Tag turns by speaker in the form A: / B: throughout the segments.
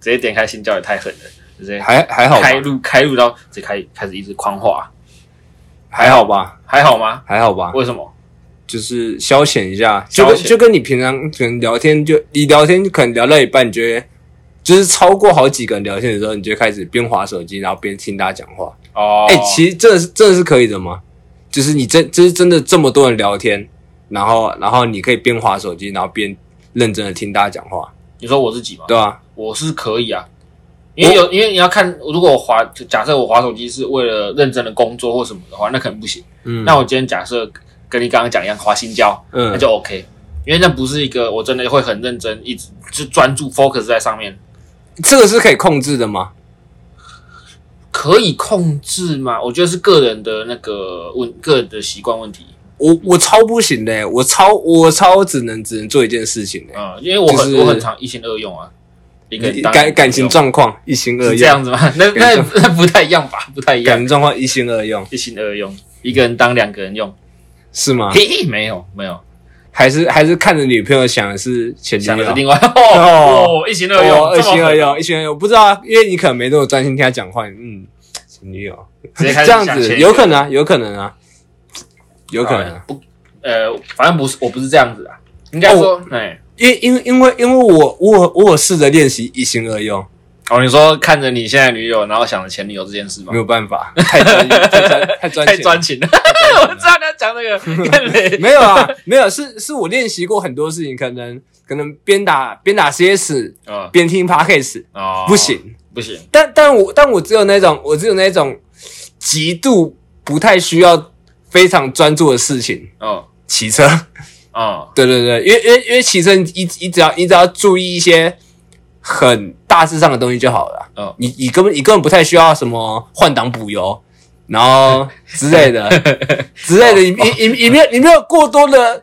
A: 直接点开新教也太狠了，直接
B: 还还好吧，
A: 开路开路到直接开开始一直狂滑，
B: 还好吧，
A: 还好吗？
B: 还好吧，
A: 为什么？
B: 就是消遣一下，就跟
A: 消遣
B: 就跟你平常可能聊天就你聊天可能聊到一半，你就会就是超过好几个人聊天的时候，你就开始边划手机，然后边听大家讲话。
A: 哦，
B: 哎、其实这是这是可以的吗？就是你真这是真的这么多人聊天，然后然后你可以边划手机，然后边认真的听大家讲话，
A: 你说我自己吗？
B: 对吧、啊
A: 我是可以啊，因为有因为你要看，如果我滑，就假设我滑手机是为了认真的工作或什么的话，那可能不行。
B: 嗯，
A: 那我今天假设跟你刚刚讲一样，滑新交，那
B: 嗯
A: 就 OK，因为那不是一个我真的会很认真，一直就专注 focus 在上面，
B: 这个是可以控制的吗？
A: 可以控制吗？我觉得是个人的那个问个人的习惯问题
B: 我我超不行的、我超我超只能只能做一件事情的、
A: 啊、嗯因为我很、
B: 就是
A: 我很常一心二用啊，一个人当
B: 感感情
A: 用
B: 状况一心二
A: 是这
B: 用，
A: 样子吗？那 那
B: 感
A: 那不太一样吧？不太一
B: 感
A: 样，
B: 情状况一心二用
A: 一心二用，一个人当两个人用，
B: 是吗？
A: 嘿嘿，没有没有。
B: 还是还是看着女朋友想的是前女
A: 想
B: 友
A: 的是另 外哦，一心二用，
B: 哦二心
A: 这么
B: 二用一心二用，我不知道啊，因为你可能没那么专心听他讲话，嗯，前女友
A: 直接开 始
B: 这样
A: 想
B: 子
A: 前
B: 有可能啊，有可能啊，有可能、啊。
A: 不呃，反正不是，我不是这样子啊，应该
B: 哦
A: 说，哎，
B: 因因因为因为我我我有试着练习一心二用，
A: 哦，你说看着你现在女友，然后想着前女友这件事吗
B: 没？有办 法，太专太专太专
A: 太
B: 情了
A: 专情了， 我知道你要讲那个，更累
B: 没有啊，没有，是是我练习过很多事情，可能可能边打边打 CS
A: 嗯
B: 边听 podcast
A: 哦，
B: 不，行，
A: 不行，
B: 但但我但我只有那种我只有那种极度不太需要非常专注的事情，
A: 哦
B: 骑车。
A: 哦，
B: 对对对，因为因为因为骑车你你你只要你只要注意一些很大致上的东西就好了啦。
A: 嗯
B: 你你根本你根本不太需要什么换挡补油，然后之类的之类的，你你你你没有你没有过多的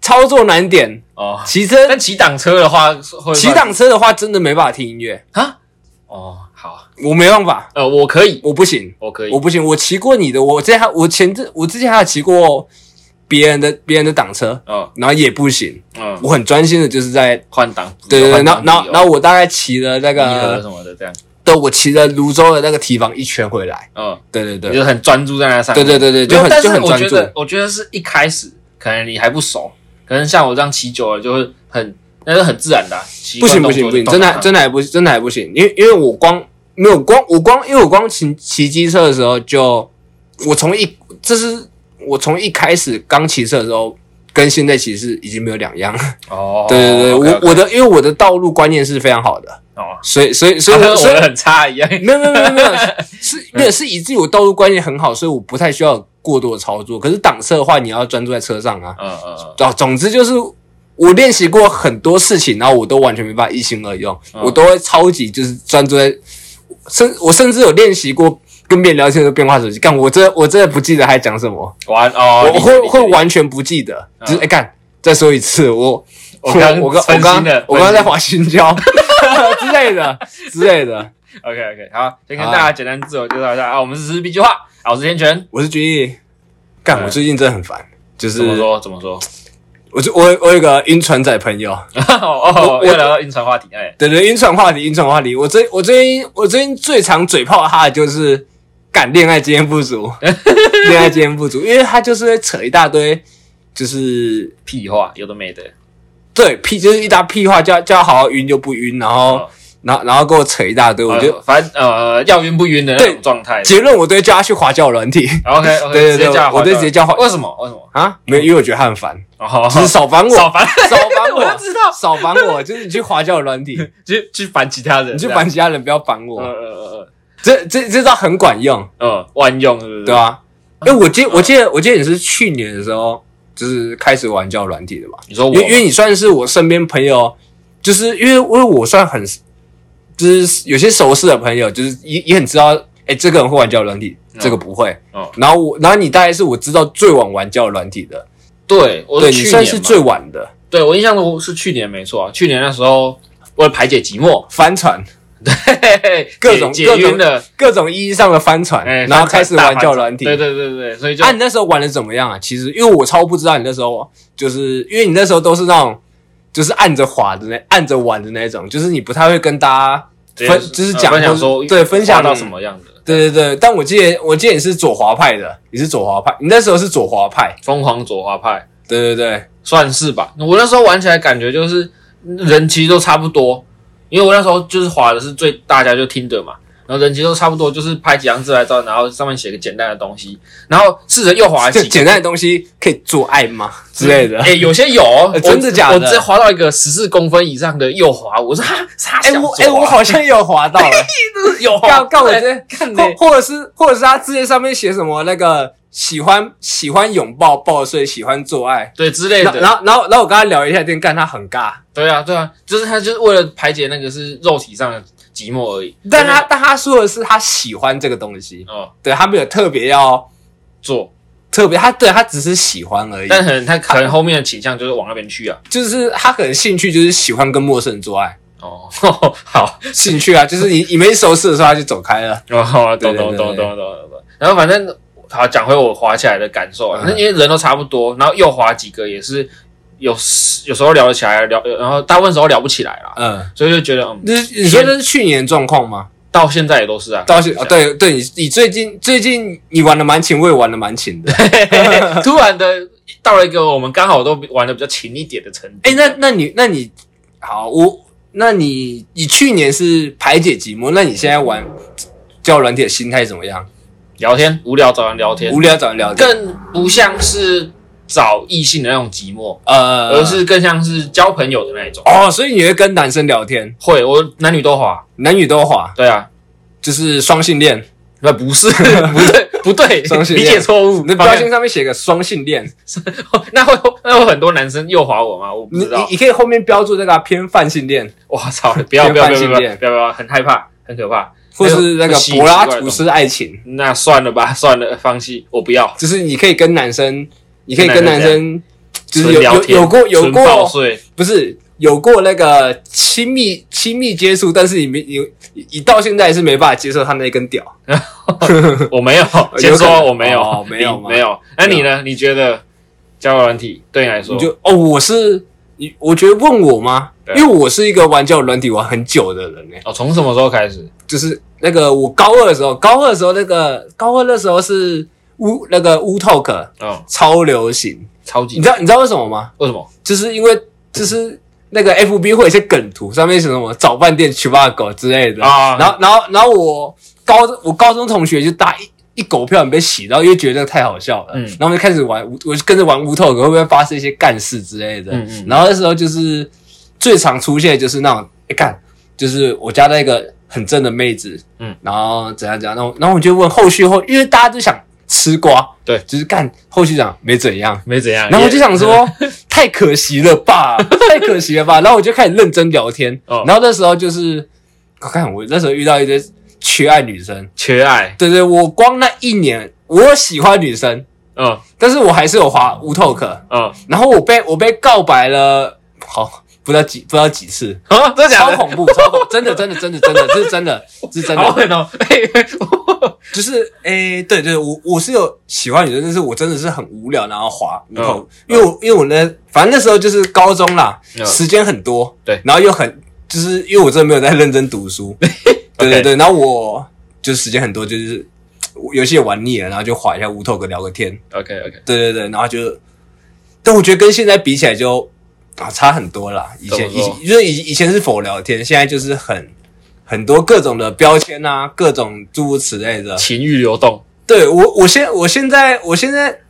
B: 操作难点。
A: 哦，
B: 骑 车
A: 但骑挡车的话会
B: 骑挡车的话，真的没办法听音乐，
A: 啊，哦，好，
B: 我没办法，
A: 呃，我可以，
B: 我不行，
A: 我可以
B: 我，不行，我骑过你的，我之前还我前阵我之前还有骑过别人的别人的挡车，
A: 嗯
B: 然后也不行，
A: 嗯，
B: 我很专心的就是在
A: 换挡，
B: 对对对，
A: 换
B: 然后
A: 挡
B: 然后
A: 理由
B: 然后我大概骑了那
A: 离合
B: 个，
A: 什么的这样，
B: 对，我骑了泸州的那个提防一圈回来。
A: 嗯。
B: 对对
A: 你
B: 对，
A: 就很专注在那上
B: 对
A: 面。
B: 对对对就
A: 没有
B: 很
A: 但是
B: 就很
A: 我觉
B: 专
A: 得
B: 注，
A: 我觉得是一开始可能你还不熟，可能像我这样骑久了就会很，那是很自然的啊、习
B: 不
A: 惯
B: 行
A: 动作
B: 不
A: 就
B: 行不行，
A: 动啊
B: 真的
A: 了
B: 真的还不真的还不行，因为因为我光没有光我光因为我光骑骑机车的时候就，我从一这是我从一开始刚骑车的时候。跟现在其实已经没有两样，
A: 哦。
B: 对对对，我我
A: 的
B: 的因为我的道路观念是非常好的，
A: 哦，
B: 所以所以所
A: 就
B: 以
A: 跟
B: 我所
A: 我
B: 以
A: 的很差一样。嗯
B: 没有没有没有没有，是没有是以至于我道路观念很好，所以我不太需要有过多的操作。可是挡车的话，你要专注在车上啊。
A: 嗯嗯嗯，
B: 总总之就是我练习过很多事情，然后我都完全没办法一心二用，
A: 嗯
B: 我都会超级就是专注在，甚我甚至有练习过跟别人聊天的时候变化手机。干，我真的我真的不记得还讲什么，
A: 玩哦，
B: 我
A: 理解
B: 会
A: 理解
B: 会完全不记得。
A: 嗯
B: 就是哎干、再说一次，我
A: 我刚
B: 我刚我
A: 分
B: 刚
A: 心了
B: 我刚
A: 分心
B: 在滑 新交之类的之类的。
A: OK OK，好，先跟
B: 好啊
A: 大家简单自我介绍一下啊，我们是十必句话啊，我是天权。
B: 我是决定，干，
A: 嗯
B: 我最近真的很烦，就是
A: 怎么说？怎么说？
B: 我就我我有一个晕船仔朋友，
A: 哦
B: 我
A: 哦，
B: 我
A: 又聊到晕船话题，哎，
B: 对对，晕船话题，晕船话题，我最我最近我最近最常嘴炮他的就是干恋爱经验不 足，恋爱经验不足，因为他就是会扯一大堆，就是
A: 屁话，有的没的。
B: 对屁，就是一大屁话，叫叫他好好晕就不晕，然后、
A: 哦
B: 然后然后给我扯一大堆，我就
A: 呃反正呃，要晕不晕的那
B: 对
A: 种状态。
B: 结论我都会叫他去滑交友软体
A: OK OK，
B: 对对对
A: 直接叫
B: 我就直接叫
A: 话
B: 华
A: 题。为什么？为什么？
B: 啊，没有，因为我觉得他很烦，
A: 哦，
B: 只是少烦我，
A: 少烦，
B: 少烦
A: 我就
B: 我，
A: 知道，
B: 少烦我， 就是你去滑交友 软体。
A: 去去烦其他人，
B: 你去烦其他人，不要烦我。
A: 这样，嗯嗯
B: 这这这招很管用，
A: 嗯嗯，万用是不是？
B: 对啊吧、因为我记我记得我记得你是去年的时候，就是开始玩教软体的嘛。
A: 你说我
B: 因为因为你算是我身边朋友，就是因为因为我算很，就是有些熟识的朋友，就是也也很知道，哎、这个人会玩教软体，
A: 嗯
B: 这个不会。
A: 哦
B: 然后我然后你大概是我知道最晚玩教软体的，
A: 对，我
B: 对
A: 是
B: 你
A: 去
B: 算
A: 年
B: 是
A: 嘛
B: 最晚的
A: 对我印象中是去年没错啊，去年那时候为了排解寂 寞，
B: 帆船，
A: 嘿嘿嘿
B: 各种
A: 解
B: 各
A: 解
B: 种
A: 晕了，
B: 各种意义上的帆船，
A: 哎，
B: 然
A: 翻
B: 后
A: 船
B: 开始
A: 大
B: 玩
A: 翻
B: 教
A: 船
B: 软体。
A: 对对对对，所以就
B: 啊，你那时候玩的怎么样啊？其实因为我超不知道你那时候，就是因为你那时候都是那种就是按着滑的那按着玩的那种，就是你不太会跟大
A: 直
B: 家
A: 接
B: 分就是
A: 呃
B: 讲
A: 分享
B: 或是
A: 说
B: 对分享
A: 滑到什么样的
B: 对对对，但我记得我记得你是左滑派的，你是左滑派，你那时候是左滑派，
A: 疯狂左滑派，
B: 对对对，
A: 算是吧。我那时候玩起来感觉就是人其实都差不多，因为我那时候就是滑的是最大家就听的嘛，然后人其实都差不多，就是拍几张自拍照，然后上面写个简单的东西，然后试着又滑
B: 就
A: 几
B: 简单的东西可以做爱吗之类的
A: 哎、。有些有哦、
B: 呃真的
A: 我
B: 假的
A: 我直接滑到一个十四公分以上的右滑，我说哈，啥
B: 哎、
A: 小
B: 我
A: 左
B: 哎、
A: 啊
B: 我好像也有滑 到了，
A: 有
B: 干干我
A: 对
B: 这
A: 看嘞
B: 或或者是或者是他字页上面写什么那个喜欢喜欢拥抱抱睡喜欢做爱，
A: 对之类
B: 然后然
A: 的，
B: 后然后然后我跟他聊一下天，干他很尬，
A: 对啊对啊，就是他就是为了排解那个是肉体上的寂寞而已，
B: 但他但他说的是他喜欢这个东西，
A: 哦
B: 对他没有特别要
A: 做，
B: 特别，他对他只是喜欢而已，
A: 但可能他可能后面的倾向就是往那边去啊，
B: 就是他可能兴趣就是喜欢跟陌生人做爱，
A: 哦 好
B: 兴趣啊，就是你你没收拾的时候他就走开了。
A: 哦
B: 对
A: 懂懂
B: 对
A: 懂
B: 对对
A: 懂懂懂懂，然后反正好讲回我滑起来的感受啊，
B: 嗯
A: 反正因为人都差不多，然后右滑几个也是有时有时候聊得起来聊，然后大部分时候聊不起来啦，
B: 嗯，
A: 所以就觉得嗯，
B: 就是你说这是去年的状况吗？
A: 到现在也都是啊，
B: 到现啊，对对，你你最近最近你玩的蛮勤，我也玩的蛮勤的。
A: 突然的到了一个我们刚好都玩的比较勤一点的程度。
B: 哎、那那你那你好，我那你你去年是排解寂寞，那你现在玩交友软体的心态怎么样？
A: 聊天无聊找人聊天
B: 无，聊找人聊天，
A: 更不像是找异性的那种寂寞，
B: 呃，
A: 而是更像是交朋友的那一种。
B: 哦，所以你会跟男生聊天，
A: 会，我男女都滑，
B: 男女都滑，
A: 对啊，
B: 就是双性恋。
A: 那不 是不对不对
B: 双，性
A: 理
B: 恋
A: 解错误。
B: 你的
A: 抱
B: 标
A: 歉
B: 签上面写个双性恋，
A: 那会那会很多男生又滑我吗？我不
B: 你
A: 知
B: 你
A: 道。
B: 你可以后面标注那个啊偏泛性恋，
A: 我操！不要不要不要不
B: 偏泛
A: 要
B: 性
A: 不要
B: 恋
A: 不要不要，很害怕，很可怕。
B: 或是
A: 那
B: 那个
A: 个吸引
B: 柏拉
A: 奇怪的
B: 图
A: 东
B: 式爱情，
A: 那算了吧，算了，放弃，我不要。
B: 就是你可以跟男生，你可以跟
A: 跟男
B: 男生，就是
A: 纯
B: 有
A: 聊
B: 有
A: 天
B: 有过有
A: 纯报
B: 过
A: 税，
B: 不是有过那个亲密亲密接触，但是你没你你到现在是没办法接受他那根屌。
A: 哦我没 有，先
B: 有可
A: 说
B: 能
A: 我没有，
B: 哦没有
A: 你
B: 吗
A: 没有。那你呢？你觉得交友软体对你来说
B: 你，就哦，我是你，我觉得问我吗？
A: 对
B: 因为我是一个玩交友软体玩很久的人呢、欸
A: 哦，从什么时候开始？
B: 就是那个我高二的时候，高二的时候那个高二的时候是乌那个乌 talk
A: 哦，
B: 超流行，
A: 超
B: 你
A: 级
B: 知道你知道为什么吗？
A: 为什么？
B: 就是因为就是那个 FB 会有一些梗图，上面写什么早饭店取霸狗之类的
A: 啊
B: 然后然后然后我高我高中同学就打一一狗票，你被洗到，因为觉得那个太好笑了，
A: 嗯
B: 然后我们就开始玩无，我就跟着玩无头狗，会不会发生一些干事之类的？
A: 嗯嗯
B: 然后那时候就是最常出现的就是那种哎干、就是我家那个很正的妹子，
A: 嗯，
B: 然后怎样怎样，然后然后我就问后续后，因为大家都想吃瓜，
A: 对
B: 就是干后续讲没怎样。
A: 没怎样。
B: 然后我就
A: 也
B: 想，说，太可惜了 吧，太可惜了吧。然后我就开始认真聊天。
A: 哦
B: 然后那时候就是，我看我那时候遇到一堆缺爱女生，
A: 缺爱，
B: 对对，我光那一年我喜欢女生，
A: 嗯
B: 但是我还是有滑无透壳。
A: 嗯，
B: 然后我被我被告白了，好不知道几不知道几次，
A: 啊，真的假
B: 超
A: 的？
B: 恐怖，超恐怖，真的真的真的真的，这是真的，这是真
A: 好
B: 的，
A: 狠哦！ 嘿
B: 就是诶、对对，我我是有喜欢女生，但是我真的是很无聊，然后滑无头，因为我因为我呢，反正那时候就是高中啦，
A: 嗯
B: 时间很多，
A: 对
B: 然后又很就是因为我真的没有在认真 读书，对对对，然后我就是时间很多，就是我游戏也玩腻了，然后就滑一下无头哥聊个天，
A: OK OK，
B: 对对对，然后就，但我觉得跟现在比起来就啊差很多啦，以前
A: 怎
B: 以
A: 么说
B: 前就是以以前是否聊天，现在就是很。很多各种的标签啊，各种诸如此类的，
A: 情欲流动，
B: 对我，我现我现在我现在，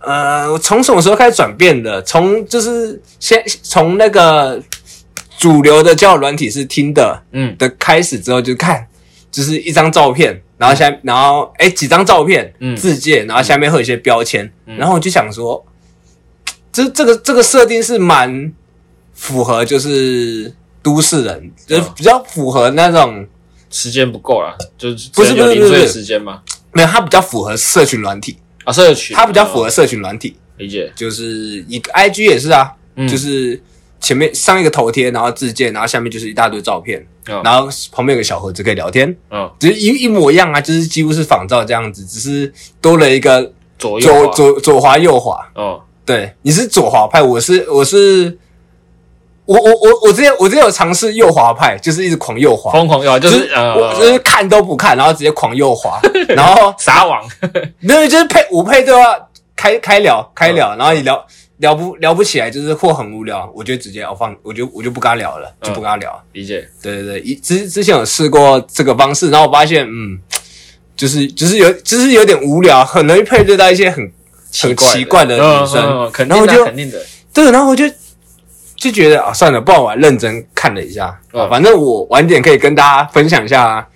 B: 呃，我从什么时候开始转变的？从就是先从那个主流的交友软体是听的
A: 嗯
B: 的开始之后，就看就是一张照片，然后下、然后哎、几张照片，
A: 嗯
B: 字界，然后下面会有一些标签，
A: 嗯
B: 然后我就想说，这这个这个设定是蛮符合就是都市人，就是
A: 嗯
B: 比较符合那种。
A: 时间不够啦，就是
B: 不是
A: 只能有
B: 不是
A: 零碎
B: 不
A: 的
B: 是
A: 时间嘛。
B: 没有，它比较符合社群软体，
A: 啊，社群
B: 它比较符
A: 哦
B: 合社群软体。
A: 理解，
B: 就是一个 IG 也是啊，
A: 嗯
B: 就是前面上一个头贴，然后自荐，然后下面就是一大堆照片，
A: 嗯
B: 然后旁边有个小盒子可以聊天，
A: 嗯，
B: 就是一一模一样啊，就是几乎是仿照这样子，只是多了一个
A: 左哦右
B: 左
A: 滑
B: 左左滑右滑。
A: 哦，
B: 对，你是左滑派，我是我是我我我我之前我之前有尝试右滑派，就是一直狂右滑，
A: 疯狂有啊，就是
B: 我就
A: 呃
B: 是看都不看，然后直接狂 右滑，然后
A: 撒网，
B: 没有就是配我配对话开开聊开
A: 嗯
B: 聊，然后你聊聊不聊不起来，就是或很无聊，我就直接我哦放我就我就不跟他聊了，
A: 嗯
B: 就不跟他聊。
A: 理解
B: 对对对，一之之前有试过这个方式，然后我发现嗯，就是就是有就是有点无聊，很容易配对到一些很很
A: 怪
B: 奇怪的女生，
A: 嗯嗯嗯肯
B: 然
A: 定
B: 后
A: 的
B: 就
A: 肯定的，
B: 对，然后我就就觉得啊，算了，不然我还认真看了一下，
A: 嗯
B: 啊反正我晚点可以跟大家分享一下、啊，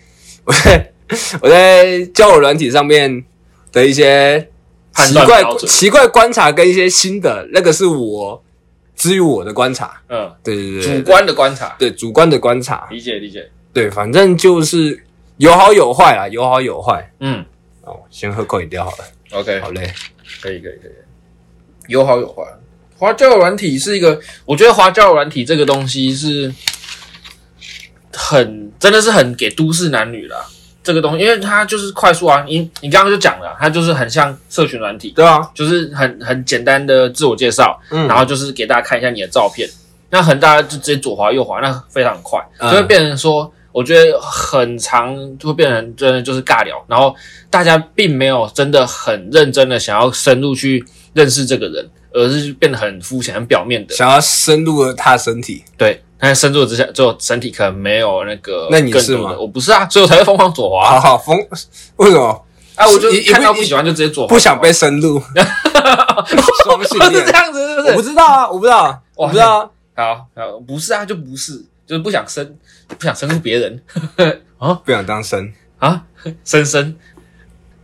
B: 我在我在交友软体上面的一些
A: 判
B: 奇
A: 断
B: 怪
A: 标准
B: 奇怪观察跟一些新的，那个是我至于我的观察，
A: 嗯，
B: 对对对，
A: 主观的观察，
B: 对主观的观察，
A: 理解理解，
B: 对，反正就是有好有坏啦，有好有坏。
A: 嗯
B: 哦，先喝口饮料好了，
A: ，OK，
B: 好嘞。
A: 可以可以可以，有好有坏。滑交友软体是一个，我觉得滑交友软体这个东西是很真的是很给都市男女啦。这个东西，因为它就是快速啊，你你刚刚就讲了，它就是很像社群软体，
B: 对啊，
A: 就是很很简单的自我介绍，
B: 嗯
A: 然后就是给大家看一下你的照片，那很大家就直接左滑右滑，那非常快，
B: 嗯
A: 就会变成说，我觉得很长就会变成真的就是尬聊，然后大家并没有真的很认真的想要深入去认识这个人，而是变得很肤浅、很表面的。
B: 想要深入了他身体，
A: 对，但是深入之下，最后身体可能没有那个
B: 那你
A: 更多
B: 是吗
A: 的我不是啊，所以我才会疯狂左滑
B: 好好疯，为什么
A: 啊，我就
B: 一一
A: 看到
B: 一
A: 不喜欢就直接左滑，
B: 不想被深入？双性
A: 不是
B: 恋
A: 这，样子，是不
B: 我
A: 是
B: 不？知道啊，我不知道啊，
A: 哇
B: 我不知道啊。
A: 好，好，不是啊，就不是，就是不想深，不想深入别人。
B: 不想当生，
A: 啊， 深深。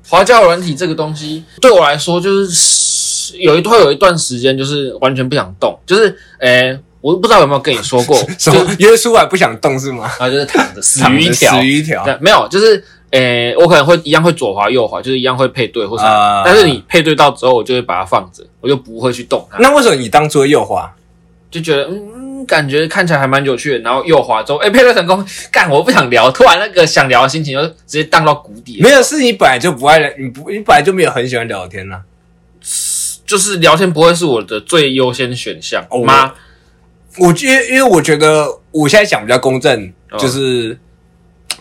A: 滑教软体这个东西对我来说，就是有一会有一段时间，就是完全不想动，就是诶、我不知道有没有跟你说过，
B: 什
A: 就
B: 么约出来不想动是吗？
A: 然后就是躺着死
B: 躺
A: 鱼
B: 着
A: 一条
B: 死，鱼啊一条。
A: 对没有，就是诶、我可能会一样会左滑右滑，就是一样会配对或者、
B: 啊
A: 但是你配对到之后，我就会把它放着，我就不会去动它，
B: 那为什么你当初右滑？
A: 就觉得嗯，感觉看起来还蛮有趣的，然后右滑之后，诶、配对成功，干，我不想聊，突然那个想聊的心情就直接荡到谷底了，
B: 没有，是你本来就不爱聊，你不，你本来就没有很喜欢聊天啊呐。
A: 就是聊天不会是我的最优先选项
B: 哦
A: 吗？
B: 我因为因为我觉得我现在讲比较公正，
A: 哦
B: 就是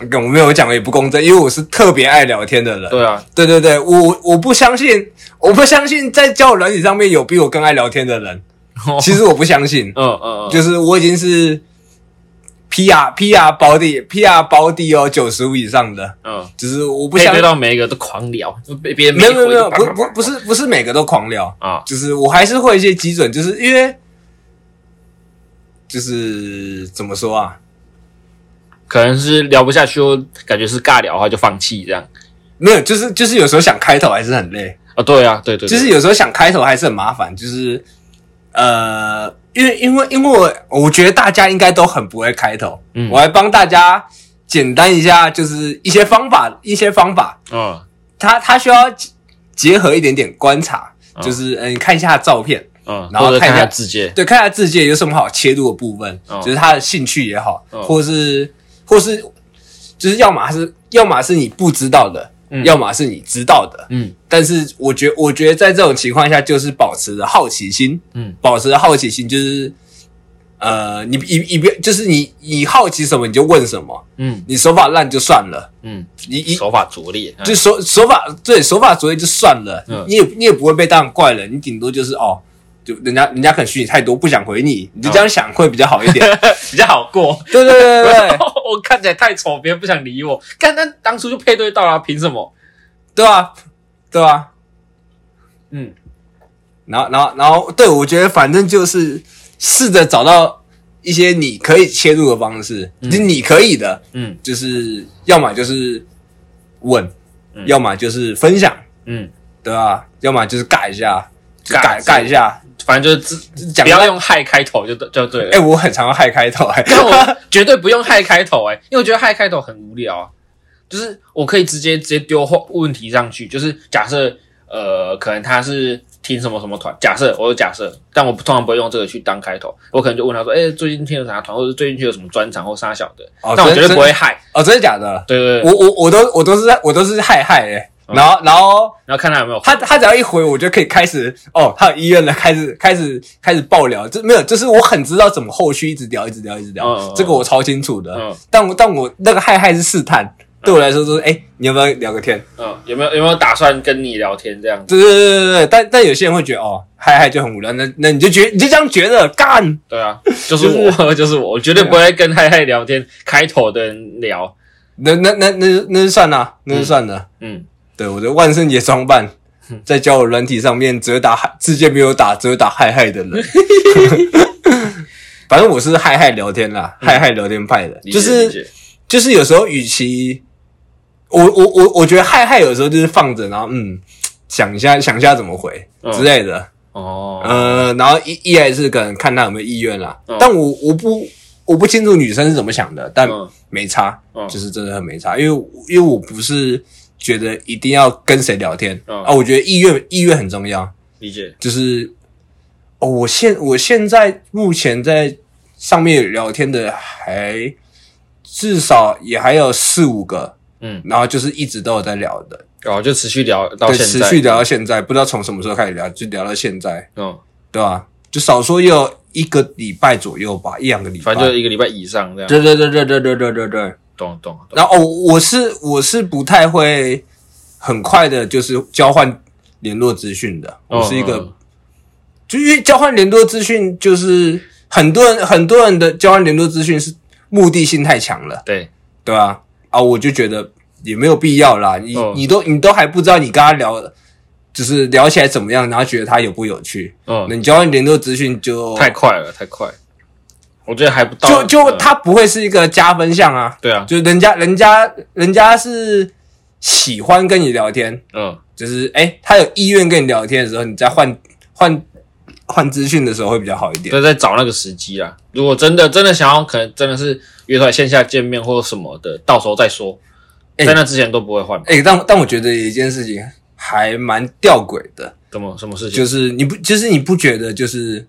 B: 跟我没有讲的也不公正，因为我是特别爱聊天的人。
A: 对啊，
B: 对对对，我我不相信，我不相信在交友软体上面有比我更爱聊天的人。
A: 哦
B: 其实我不相信，
A: 嗯嗯嗯，
B: 就是我已经是 PR PR 保底 PR 保底哦，九十五以上的，
A: 嗯，
B: 就是我不
A: 配
B: 相
A: 对
B: 信。
A: 到每一个都狂聊，就被别人
B: 没有没有
A: 每
B: 没
A: 一
B: 有，
A: 回
B: 不
A: 就
B: 不不是不是每个都狂聊，
A: 啊，
B: 就是我还是会一些基准，就是因为就是怎么说啊？
A: 可能是聊不下去，或感觉是尬聊的话就放弃这样
B: 没有，就是就是有时候想开头还是很累，
A: 啊，对啊，对对，
B: 就是有时候想开头还是很麻烦，就是呃，因为因为因为我我觉得大家应该都很不会开头，
A: 嗯
B: 我来帮大家简单一下，就是一些方法，一些方法，
A: 对嗯
B: 它它需要结结合一点点观察，
A: 嗯
B: 就是嗯、呃你看一下他的照片，
A: 嗯，
B: 然后
A: 或者
B: 看一
A: 看一
B: 下
A: 下字界，
B: 对，看他自介有什么好切入的部分，
A: 嗯
B: 就是他的兴趣也好，
A: 嗯
B: 或是或是就是要么是要么是你不知道的，
A: 嗯
B: 要么是你知道的。
A: 嗯
B: 但是我觉我觉得在这种情况下，就是保持着好奇心，
A: 嗯，
B: 保持着好奇心，就是呃，你你你不就是你你好奇什么你就问什么，
A: 嗯
B: 你手法烂就算了，
A: 嗯，
B: 你你
A: 手法拙劣，嗯
B: 就手手法对手法拙劣就算了，
A: 嗯
B: 你也你也不会被当怪人，你顶多就是哦，就人家人家可能虚你太多，不想回你，
A: 嗯
B: 你就这样想会比较好一点。
A: 比较好过。
B: 对对对对对，
A: 我看起来太丑，别人不想理我。干，那当初就配对到了，凭什么？
B: 对啊，对啊。
A: 嗯，
B: 然后然后然后，对我觉得反正就是试着找到一些你可以切入的方式，就你可以的，
A: 嗯
B: 就是要么就是问，
A: 嗯
B: 要么就是分享，
A: 嗯，
B: 对吧、要么就是尬一下，就
A: 尬
B: 尬尬一下。
A: 反正就是自
B: 讲
A: 不要用害开头就就对了
B: 哎、。我很常用嗨开头、哎，
A: 但我绝对不用嗨开头哎、欸因为我觉得嗨开头很无聊啊。就是我可以直接直接丢话问题上去，就是假设呃，可能他是听什么什么团，假设我有假设，但我不通常不会用这个去当开头，我可能就问他说，哎、最近听了啥团，或者最近有什么专场或啥小的，
B: 哦
A: 但我
B: 真
A: 绝对不会嗨，
B: 哦，真的假的？
A: 对对对，
B: 我我我都我都是在我都是嗨嗨哎、
A: 嗯
B: 然后然后
A: 然后看他有没有
B: 他他只要一回，我就可以开始哦，他有医院了，开始开始开始爆聊，这没有，就是我很知道怎么后续一直聊，一直聊，一直聊，
A: 嗯嗯嗯
B: 这个我超清楚的。
A: 嗯
B: 但我但我那个害害是试探，对我来说就是哎、你要不要聊个天？
A: 嗯有没有有没有打算跟你聊天这样子？
B: 对对对对对，但但有些人会觉得哦，嗨嗨就很无聊，那那你就觉你就这样觉得干，
A: 对啊，就是我 就是我，我绝
B: 啊
A: 对不会跟嗨嗨聊天开头的人聊。
B: 那那那那就那就算了，那就算了。
A: 嗯，
B: 对我的万圣节装扮，在交友软体上面只会打嗨，世界没有打只会打嗨嗨的人。 反正我是嗨嗨聊天啦，嗨嗨聊天派的，
A: 嗯理解
B: 就
A: 理
B: 是
A: 解
B: 就是有时候与其我我我我觉得嗨嗨有时候就是放着，然后嗯想一下想一下怎么回
A: 嗯
B: 之类的，
A: 哦，
B: 呃，然后一一来是可能看他有没有意愿啦
A: 嗯，
B: 但我我不我不清楚女生是怎么想的，但
A: 嗯
B: 没差，
A: 嗯
B: 就是真的很没差，因为我因为我不是觉得一定要跟谁聊天、
A: 嗯
B: 啊，我觉得意愿意愿很重要，
A: 理解。
B: 就是哦，我现我现在目前在上面聊天的还至少也还有四五个，
A: 嗯，
B: 然后就是一直都有在聊的，
A: 然哦后就持续聊到
B: 对，
A: 现
B: 持
A: 在。
B: 续聊到现在，不知道从什么时候开始聊，就聊到现在，
A: 嗯，
B: 对吧、啊就少说也有一个礼拜左右吧，一两个礼拜，
A: 反正就一个礼拜以上这样。
B: 对对对对对对对对对。
A: 懂懂懂。
B: 然后、哦、我是我是不太会很快的，就是交换联络资讯的。我是一个，
A: 嗯
B: 就因为交换联络资讯，就是很多人很多人的交换联络资讯是目的性太强了，
A: 对，
B: 对吧、啊？我就觉得也没有必要啦。你、
A: 嗯
B: 你都你都还不知道你跟他聊，就是聊起来怎么样，然后觉得他有不有趣，那
A: 嗯，
B: 你交换联络资讯就
A: 太快了，太快。我觉得还不到。
B: 就就
A: 嗯
B: 他不会是一个加分项啊。
A: 对啊，
B: 就是人家人家人家是喜欢跟你聊天，
A: 嗯，
B: 就是哎、诶他有意愿跟你聊天的时候，你再换换换资讯的时候会比较好一点。
A: 就在找那个时机啦。如果真的真的想要，可能真的是约出来线下见面或什么的，到时候再说。
B: 哎
A: 在那之前都不会换。
B: 哎、但但我觉得有一件事情还蛮吊诡的，
A: 怎么什么事情？
B: 就是你不就是你不觉得就是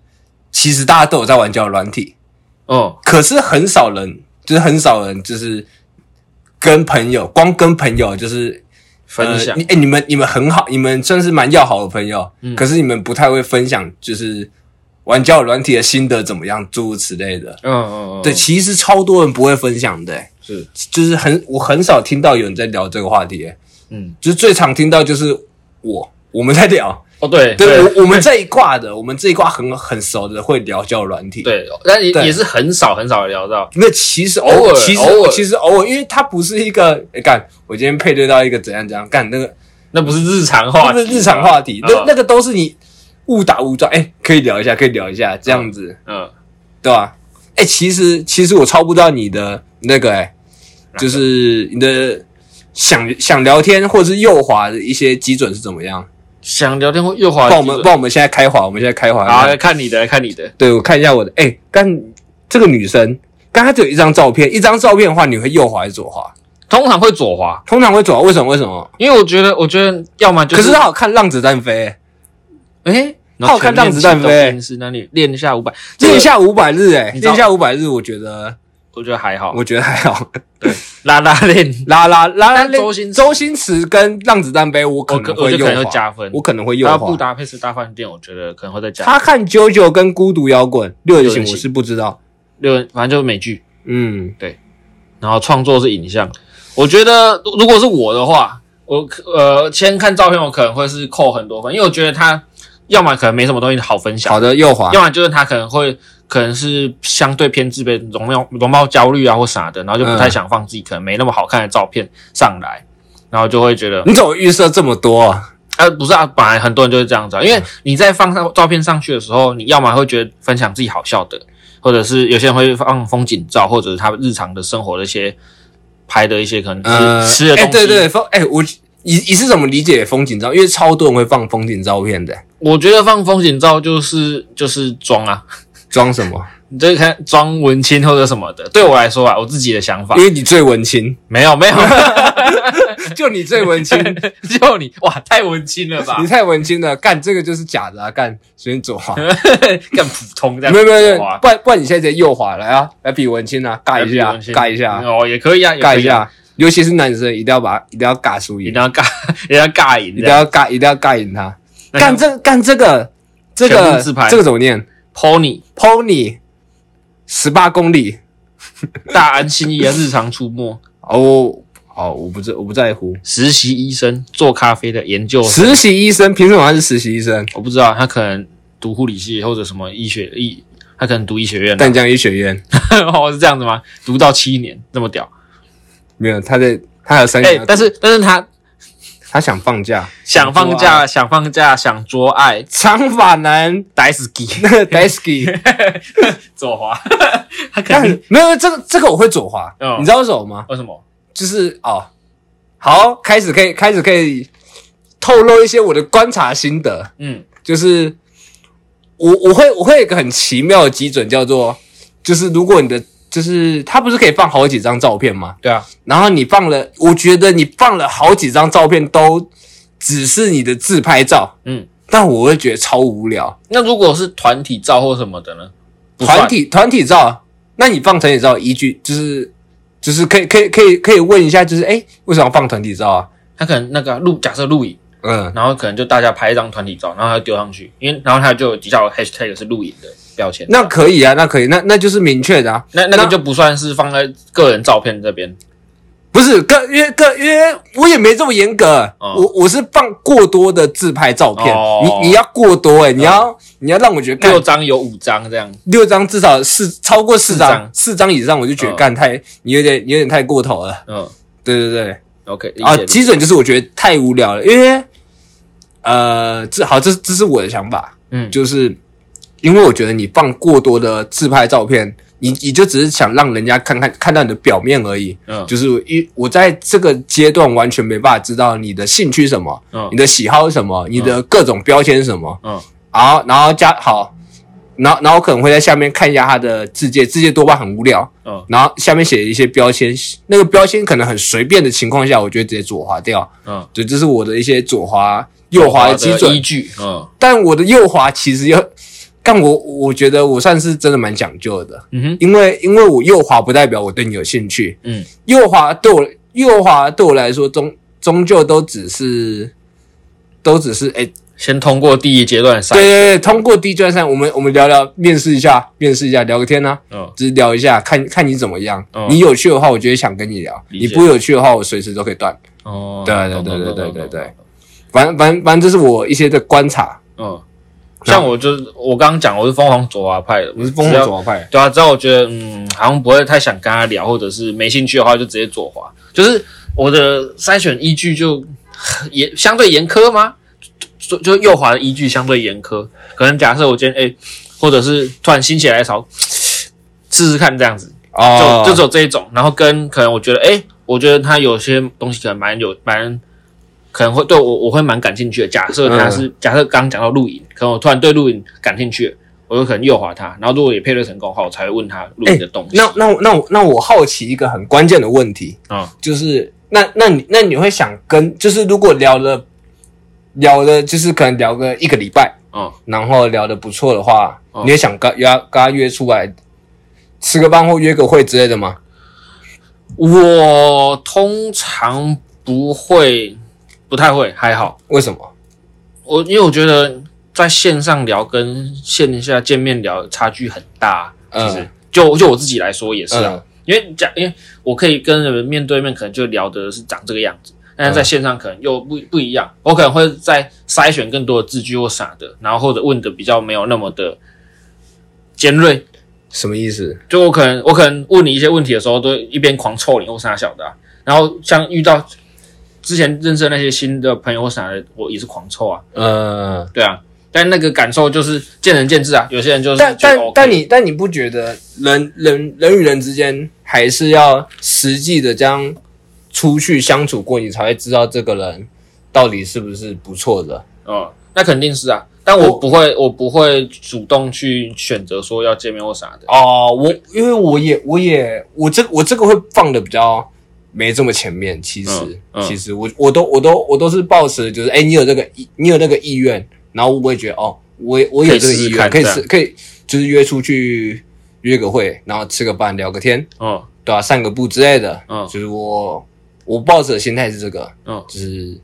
B: 其实大家都有在玩交友软体，
A: 嗯，
B: 可是很少人就是很少人就是跟朋友光跟朋友就是
A: 分享嗯
B: 呃你哎、你们你们很好，你们算是蛮要好的朋友，可是你们不太会分享，就是玩交友软体的心得怎么样，诸如此类的。
A: 嗯嗯嗯，
B: 对，其实超多人不会分享的、欸
A: 是，
B: 就是很我很少听到有人在聊这个话题、欸
A: 嗯，
B: 就是最常听到就是我我们在聊，
A: 哦对
B: 对我我们这一挂的，我们这一挂很很熟的会聊交友软体，，
A: 对，但也
B: 对
A: 也是很少很少聊到。
B: 那其实
A: 偶
B: 偶
A: 尔
B: 尔，其实
A: 偶尔
B: 其实偶尔，因为它不是一个哎干、我今天配对到一个怎样怎样干那个。
A: 那不是日常话
B: 不
A: 题，
B: 是日常话题，那
A: 嗯
B: 那个都是你误打误撞，哎、可以聊一下，可以聊一下，这样子，
A: 嗯，
B: 对吧？哎、其实其实我超不到你的那个、哎，就是你的想想聊天或者是右滑的一些基准是怎么样？
A: 想聊天或又滑
B: 帮
A: 的
B: 我
A: 啊基
B: 们
A: 准，
B: 帮我们现在开滑，我们现在开滑，
A: 好，看你的，看你的，
B: 对我看一下我的，哎、刚这个女生，刚她只有一张照片，一张照片的话，你会右滑还是左滑？
A: 通常会左滑，
B: 通常会左滑，为什么？为什么？
A: 因为我觉得，我觉得要么就
B: 可是她好看浪子弹飞、哎
A: 哎，
B: 然后看让子弹飞
A: 是那里练一下五百，
B: 练一下五百日、哎，
A: 你知道
B: 练一下五百日，我觉得
A: 我觉得还好，
B: 我觉得还好。
A: 拉拉练，
B: 拉拉拉拉
A: 但周星驰
B: 周星驰跟浪子弹杯，我可
A: 我
B: 能
A: 我
B: 会
A: 觉得
B: 右
A: 可能
B: 滑
A: 会，加分。
B: 我可能会右
A: 然后布
B: 滑。
A: 达佩斯大饭店，我觉得可能会再加
B: 他看九九跟孤独摇滚六人行，
A: 六人行
B: 我是不知道。
A: 六人，反正就是美剧，
B: 嗯，
A: 然后创作是影像。我觉得如如果是我的话，我可呃先看照片，我可能会是扣很多分，因为我觉得他要么可能没什么东西好分享，
B: 好的，右滑。
A: 要么就是他可能会可能是相对偏自卑，容貌容貌焦虑啊或啥的，然后就
B: 嗯
A: 不太想放自己可能没那么好看的照片上来，然后就会觉得，
B: 你怎么预设这么多啊？
A: 啊，不是啊，本来很多人就是这样子啊，
B: 嗯
A: 因为你在放上照片上去的时候，你要么会觉得分享自己好笑的，或者是有些人会放风景照，或者是他日常的生活的一些拍的一些可能
B: 呃，
A: 吃吃的
B: 哎
A: 东西，
B: 对对，风哎，我你你是怎么理解风景照？因为超多人会放风景照片的，
A: 我觉得放风景照就是就是装啊。
B: 装什 么？
A: 你这看装文青或者什么的，对我来说啊，我自己的想法
B: 因为你最 文青，
A: 没有没 有，
B: 就你最 文青，
A: 就你哇，太文青了 吧
B: 你？太文青了。干这个就是假的啊！干随便 左滑，
A: 更普通这样，
B: 没有没 有，没有
A: 哇
B: 不然不然你现在直接右滑来啊，来比文青啊，尬一
A: 比
B: 下
A: 文青，
B: 尬一下，
A: 哦，也可以啊，也可以啊
B: 盖一，下。尤其是男生，一定要把一定要尬输
A: 一
B: 赢
A: 定，要尬， 一定要尬赢
B: 一
A: 这
B: 定
A: 样，
B: 要尬，一定要尬赢他。
A: 那
B: 干这干这个这
A: 全
B: 个
A: 部自拍
B: 这个怎么念
A: pony
B: ？Pony 十八公里
A: 大安心仪啊，日常出没，
B: 哦哦，我不在我不在乎。
A: 实习医生做咖啡的研究，
B: 实习医生凭什么他是实习医生？
A: 我不知道他可能读护理系或者什么医学医，他可能读医学院的，
B: 淡江医学院
A: 哦是这样子吗？读到七年这么屌，
B: 没有，他在他有三
A: 哎、
B: 年要，
A: 但是但是他
B: 他想放假，
A: 想放
B: 想做
A: 假想放假想做爱，
B: 长发男
A: 打死机
B: 那个 Dasky。
A: 左滑， 他可
B: 但
A: 能
B: 没有这个这个我会左滑，
A: 嗯
B: 你知道为什么吗？
A: 为什么？
B: 就是哦，好，开始可以开始可以透露一些我的观察心得，
A: 嗯，
B: 就是我我会我会有一个很奇妙的基准，叫做就是如果你的就是它不是可以放好几张照片吗？
A: 对啊，
B: 然后你放了，我觉得你放了好几张照片都只是你的自拍照，
A: 嗯，
B: 但我会觉得超无聊。
A: 那如果是团体照或什么的呢？不算
B: 团体团体照，那你放团体照依据就是就是可以可以可以可以问一下，就是哎、诶为什么要放团体照啊？
A: 他可能那个录，假设录影，
B: 嗯，
A: 然后可能就大家拍一张团体照，然后他就丢上去，因为然后他就有底下有 hashtag 是录影的标签，
B: 那可以啊，那可以，那那就是明确的啊，
A: 那那个
B: 那
A: 就不算是放在个人照片这边，
B: 不是个约个约，我也没这么严格，
A: 哦
B: 我我是放过多的自拍照片，
A: 哦
B: 你你要过多哎、诶你要、你要让我觉得
A: 六
B: 干
A: 张有五张这样，
B: 六张至少四超过四
A: 四
B: 张
A: 张
B: 四张以上，我就觉得
A: 哦
B: 干、太你有点你有点太过头了，
A: 嗯
B: 对对对。
A: ，OK，理解嗯
B: 啊，
A: 理解
B: 基准就是我觉得太无聊了，因为呃，这好，这这是我的想法，
A: 嗯
B: 就是因为我觉得你放过多的自拍照片，你你就只是想让人家看看看到你的表面而已，
A: 嗯
B: 就是一我在这个阶段完全没办法知道你的兴趣是什么，
A: 嗯
B: 你的喜好是什么，你的各种标签是什么，
A: 嗯
B: 然后然后加好。然后，然后我可能会在下面看一下他的字界，字界多半很无聊。
A: 嗯
B: 然后下面写一些标签，那个标签可能很随便的情况下，我就会直接左滑掉。
A: 嗯，
B: 对，这是我的一些左滑、右滑的基
A: 依
B: 准。
A: 据，嗯
B: 但我的右滑其实要，但我我觉得我算是真的蛮讲究的，
A: 嗯哼，
B: 因为因为我右滑不代表我对你有兴趣，
A: 嗯
B: 右滑对我右滑对我来说终终究都只是都只是哎，
A: 先通过第一阶段筛
B: 对，对对，通过 D 卷三，我们我们聊聊面试一下，面试一下聊个天呢、啊
A: 嗯
B: 只是聊一下，看看你怎么样。
A: 嗯
B: 你有趣的话，我就会想跟你聊；
A: 理解
B: 你不有趣的话，我随时都可以断。
A: 哦，
B: 对对
A: 懂
B: 对
A: 懂
B: 对
A: 懂
B: 对
A: 懂
B: 对
A: 懂
B: 反正反正反正，这是我一些的观察。
A: 嗯，像我就是我刚刚讲我是疯狂左滑派的，
B: 你是疯
A: 只要
B: 狂左派，
A: 对啊，只要我觉得嗯，好像不会太想跟他聊，或者是没兴趣的话，就直接左滑。就是我的筛选依据就也相对严苛吗？就就就右滑的依据相对严苛。可能假设我今天哎、或者是突然心血来潮，试试看这样子，就、
B: 哦，
A: 就只有这一种。然后跟可能我觉得哎、我觉得他有些东西可能蛮有蛮。可能会对我我会蛮感兴趣的。假设他是、
B: 嗯
A: 假设刚刚讲到录影，可能我突然对录影感兴趣了，我有可能右滑他，然后如果也配对成功的话，我才会问他录影的东西。
B: 那那我那我那我好奇一个很关键的问题，
A: 嗯
B: 就是那那你那你会想跟，就是如果聊了聊了，就是可能聊个一个礼拜，
A: 嗯
B: 然后聊得不错的话，
A: 哦
B: 你也想跟跟他跟他约出来吃个饭或约个会之类的吗？
A: 我通常不会，不太会，还好。
B: 为什么？
A: 我因为我觉得在线上聊跟线下见面聊差距很大，其实、
B: 嗯
A: 就就我自己来说也是啊。
B: 嗯
A: 因为讲，因为我可以跟人面对面，可能就聊的是长这个样子，但
B: 嗯
A: 是在线上可能又不不一样。我可能会在筛选更多的字句或啥的，然后或者问的比较没有那么的尖锐。
B: 什么意思？
A: 就我可能我可能问你一些问题的时候，都一边狂臭你或啥小的啊、然后像遇到之前认识的那些新的朋友或啥的，我也是狂臭啊，
B: 呃，
A: 对啊。但那个感受就是见仁见智啊，有些人就是
B: 但
A: 觉得
B: 但
A: OK
B: 但你但你不觉得人人人与人之间还是要实际的这样出去相处过，你才会知道这个人到底是不是不错的？
A: 哦，那肯定是啊，但我不会，我不会主动去选择说要见面或啥的。
B: 哦，我因为我也我也我这我这个会放的比较没这么前面，其实、
A: 嗯嗯
B: 其实我我都我都我都是抱持就是哎、你有这个意你有那个意愿，然后我也觉得哦，我也我也有这个意愿，
A: 可
B: 可
A: 以
B: 以
A: 试试
B: 是可以就是约出去约个会，然后吃个饭聊个天，
A: 嗯
B: 对啊，散个步之类的，
A: 嗯
B: 就是我我抱着的心态是这个，
A: 嗯
B: 就是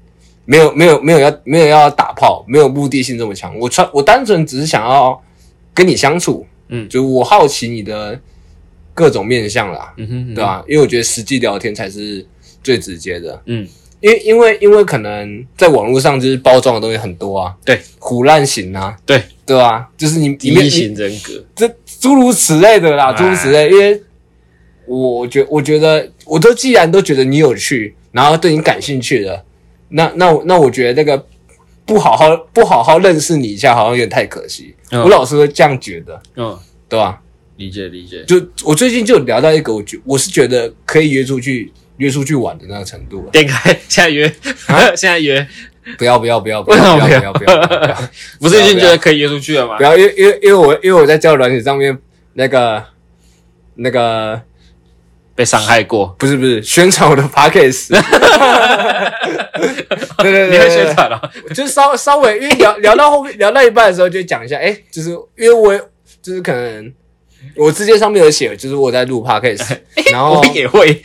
B: 没有没有没有要没有要打炮，没有目的性这么强。我穿我单纯只是想要跟你相处，
A: 嗯
B: 就是我好奇你的各种面相啦，
A: 嗯哼，嗯哼
B: 对吧、，啊因为我觉得实际聊天才是最直接的，
A: 嗯
B: 因为因为因为可能在网络上就是包装的东西很多啊，
A: 对，
B: 胡乱型啊，
A: 对
B: 对吧、就是你
A: 第
B: 你
A: 一
B: 面
A: 型人格，
B: 这诸如此类的啦，
A: 哎
B: 诸如此类，因为我觉我觉得我都既然都觉得你有趣，然后对你感兴趣了，那那我那我觉得那个不好好不好好认识你一下，好像有点太可惜。
A: 嗯
B: 我老是会这样觉得，
A: 嗯，
B: 对吧？
A: 理解理解，
B: 就我最近就有聊到一个，我觉我是觉得可以约出去约出去玩的那个程度了。啊
A: 点开，现在约， 现在约，
B: 不要不要不要不
A: 为什
B: 要
A: 么
B: 不
A: 不
B: 要
A: 要
B: 不要不要不要！
A: 不是已经
B: 不要
A: 觉得可以约出去了吗
B: 不？要，因为因为因为我因为我在交友软体上面那个那个
A: 被伤害过，
B: 不是不是宣传我的 podcast，对对对对对
A: 你会宣传啊了？
B: 就是稍稍微因为聊聊到后面聊到一半的时候就讲一下，哎、就是因为我就是可能我字节上面有写，就是我在录 podcast，然后
A: 我
B: 我
A: 也会，